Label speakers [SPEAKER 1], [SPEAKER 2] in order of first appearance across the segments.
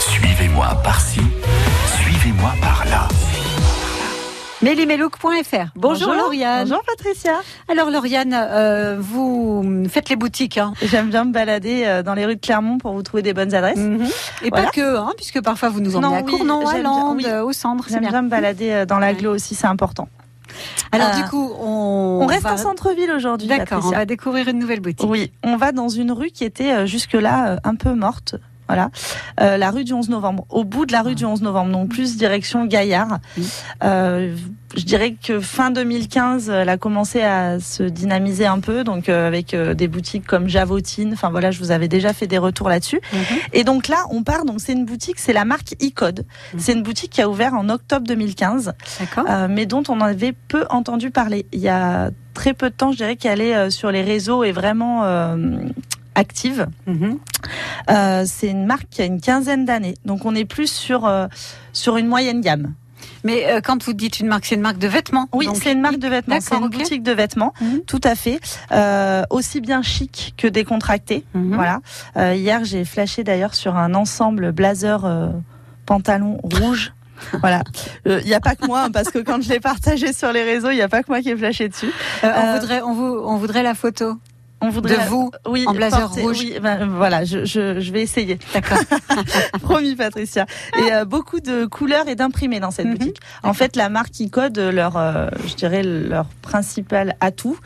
[SPEAKER 1] Suivez-moi par-ci, suivez-moi par-là.
[SPEAKER 2] Mélimelook.fr. Bonjour, Lauriane.
[SPEAKER 3] Bonjour Patricia.
[SPEAKER 2] Alors Lauriane, euh, vous faites les boutiques, hein.
[SPEAKER 3] J'aime bien me balader euh, dans les rues de Clermont pour vous trouver des bonnes adresses.
[SPEAKER 2] Mm, et
[SPEAKER 3] Mhm. Voilà.
[SPEAKER 2] pas que, hein, puisque parfois vous nous emmenez
[SPEAKER 3] Non,
[SPEAKER 2] à
[SPEAKER 3] oui,
[SPEAKER 2] Cournon, à
[SPEAKER 3] j'aime bien,
[SPEAKER 2] Lande,
[SPEAKER 3] oui.
[SPEAKER 2] euh, au centre. c'est
[SPEAKER 3] J'aime
[SPEAKER 2] bien.
[SPEAKER 3] bien me balader euh, dans l'agglo aussi, c'est important.
[SPEAKER 2] Alors
[SPEAKER 3] Euh,
[SPEAKER 2] du coup, on,
[SPEAKER 3] On, reste
[SPEAKER 2] va-
[SPEAKER 3] en centre-ville aujourd'hui.
[SPEAKER 2] D'accord, on
[SPEAKER 3] Patricia.
[SPEAKER 2] va découvrir une nouvelle boutique.
[SPEAKER 3] Oui, on va dans une rue qui était euh, jusque-là euh, un peu morte. Voilà, Euh, la rue du 11 novembre, au bout de la rue du 11 novembre, non plus direction Gaillard.
[SPEAKER 2] Oui.
[SPEAKER 3] Euh, je dirais que fin 2015, euh, elle a commencé à se dynamiser un peu, donc euh, avec euh, des boutiques comme Javotine. Enfin voilà, je vous avais déjà fait des retours là-dessus. Et donc là, on part. Donc c'est une boutique, c'est la marque iCode.
[SPEAKER 2] Mhm.
[SPEAKER 3] C'est une boutique qui a ouvert en octobre 2015,
[SPEAKER 2] D'accord.
[SPEAKER 3] euh, mais dont on avait peu entendu parler. Il y a très peu de temps, je dirais qu'elle est euh, sur les réseaux et vraiment euh, active.
[SPEAKER 2] Mhm.
[SPEAKER 3] Euh, c'est une marque qui a une quinzaine d'années. Donc on est plus sur euh, sur une moyenne gamme.
[SPEAKER 2] Mais euh, quand vous dites une marque, c'est une marque de vêtements.
[SPEAKER 3] Oui,
[SPEAKER 2] donc-
[SPEAKER 3] c'est une marque de vêtements. C'est une
[SPEAKER 2] D'accord, ok.
[SPEAKER 3] boutique de vêtements,
[SPEAKER 2] Mhm.
[SPEAKER 3] tout à fait. Euh, aussi bien chic que décontracté.
[SPEAKER 2] Mhm.
[SPEAKER 3] Voilà. Euh, hier, j'ai flashé d'ailleurs sur un ensemble blazer euh, pantalon rouge. voilà. Euh, Il n'y a pas que moi, hein, parce que quand je l'ai partagé sur les réseaux, il n'y a pas que moi qui ai flashé dessus.
[SPEAKER 2] Euh, on
[SPEAKER 3] Euh,
[SPEAKER 2] voudrait, on, vous- on voudrait la photo
[SPEAKER 3] On voudrait.
[SPEAKER 2] de vous.
[SPEAKER 3] Oui,
[SPEAKER 2] en blazer rouge.
[SPEAKER 3] oui, ben, euh, voilà, je, je- je vais essayer.
[SPEAKER 2] D'accord.
[SPEAKER 3] Promis, Patricia. Et euh, beaucoup de couleurs et d'imprimés dans cette
[SPEAKER 2] Mhm.
[SPEAKER 3] boutique. En fait, la marque Icode, leur, euh, je dirais, leur principal atout,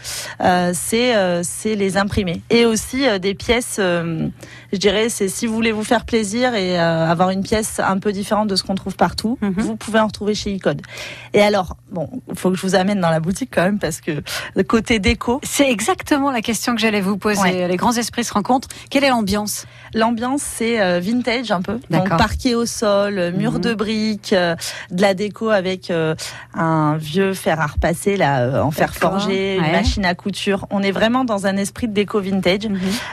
[SPEAKER 3] euh, c'est euh, c'est les imprimés. Et aussi euh, des pièces, euh, je dirais, c'est si vous voulez vous faire plaisir et euh, avoir une pièce un peu différente de ce qu'on trouve partout,
[SPEAKER 2] Mhm.
[SPEAKER 3] vous pouvez en retrouver chez Icode. Et alors, bon, faut que je vous amène dans la boutique quand même, parce que le côté déco,
[SPEAKER 2] C'est exactement la question que j'allais vous poser.
[SPEAKER 3] Ouais.
[SPEAKER 2] Les grands esprits se rencontrent. Quelle est l'ambiance
[SPEAKER 3] L'ambiance, c'est euh, vintage un peu. Donc
[SPEAKER 2] D'accord.
[SPEAKER 3] parquet au sol, euh, mur
[SPEAKER 2] Mhm.
[SPEAKER 3] de briques, euh, de la déco avec euh, un vieux fer à repasser, là, euh, en fer
[SPEAKER 2] D'accord.
[SPEAKER 3] forgé, une
[SPEAKER 2] Ouais.
[SPEAKER 3] machine à couture. On est vraiment dans un esprit de déco vintage.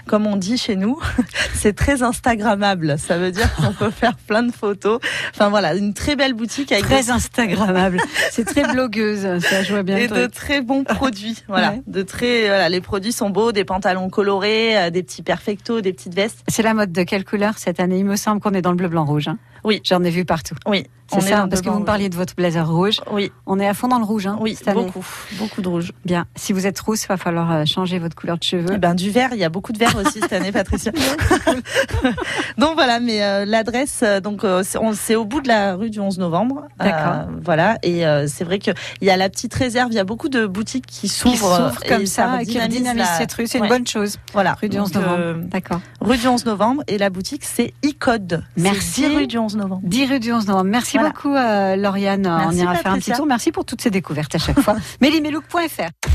[SPEAKER 3] Comme on dit chez nous, c'est très Instagrammable. Ça veut dire qu'on peut faire plein de photos. Enfin voilà, une très belle boutique avec
[SPEAKER 2] Très instagrammable. c'est très blogueuse. Ça, je vois bien.
[SPEAKER 3] des-
[SPEAKER 2] le
[SPEAKER 3] et
[SPEAKER 2] truc.
[SPEAKER 3] de très bons produits. Voilà,
[SPEAKER 2] Ouais.
[SPEAKER 3] de très, voilà, les produits sont beaux, des pantalons colorés, euh, des petits perfectos, des petites vestes.
[SPEAKER 2] C'est la mode de quelle couleur cette année Il me semble qu'on est dans le bleu, blanc, rouge. hein.
[SPEAKER 3] Oui.
[SPEAKER 2] J'en ai vu partout.
[SPEAKER 3] Oui, on
[SPEAKER 2] C'est
[SPEAKER 3] est dans
[SPEAKER 2] ça,
[SPEAKER 3] le
[SPEAKER 2] parce que vous
[SPEAKER 3] blanc-rouge.
[SPEAKER 2] me parliez de votre blazer rouge.
[SPEAKER 3] Oui,
[SPEAKER 2] On est à fond dans le rouge, hein,
[SPEAKER 3] Oui,
[SPEAKER 2] cette année.
[SPEAKER 3] beaucoup, beaucoup de rouge.
[SPEAKER 2] Bien. Si vous êtes rousse, va falloir euh, changer votre couleur de cheveux.
[SPEAKER 3] Eh ben du vert, il y a beaucoup de vert aussi cette année, Patricia. donc voilà, mais euh, l'adresse, euh, donc euh, c'est on- c'est au bout de la rue du 11 novembre. Euh,
[SPEAKER 2] D'accord.
[SPEAKER 3] voilà, et euh, c'est vrai que il y a la petite réserve, il y a beaucoup de boutiques
[SPEAKER 2] Qui
[SPEAKER 3] qui s'ouvrent
[SPEAKER 2] s'ouvre
[SPEAKER 3] euh,
[SPEAKER 2] comme
[SPEAKER 3] et
[SPEAKER 2] ça, et qui
[SPEAKER 3] redynamise
[SPEAKER 2] dynamise
[SPEAKER 3] la-
[SPEAKER 2] cette rue, c'est une
[SPEAKER 3] Ouais.
[SPEAKER 2] bonne chose.
[SPEAKER 3] Voilà,
[SPEAKER 2] Rue du 11
[SPEAKER 3] Donc,
[SPEAKER 2] novembre.
[SPEAKER 3] euh,
[SPEAKER 2] D'accord.
[SPEAKER 3] rue du 11 novembre et la boutique c'est iCode. C'est
[SPEAKER 2] Merci.
[SPEAKER 3] 10 rue du 11 novembre.
[SPEAKER 2] 10 rue du 11 novembre. Merci
[SPEAKER 3] Voilà.
[SPEAKER 2] beaucoup, euh, Lauriane. On
[SPEAKER 3] Merci,
[SPEAKER 2] ira faire un petit
[SPEAKER 3] Patricia.
[SPEAKER 2] tour. Merci pour toutes ces découvertes à chaque fois. Melimelook.fr.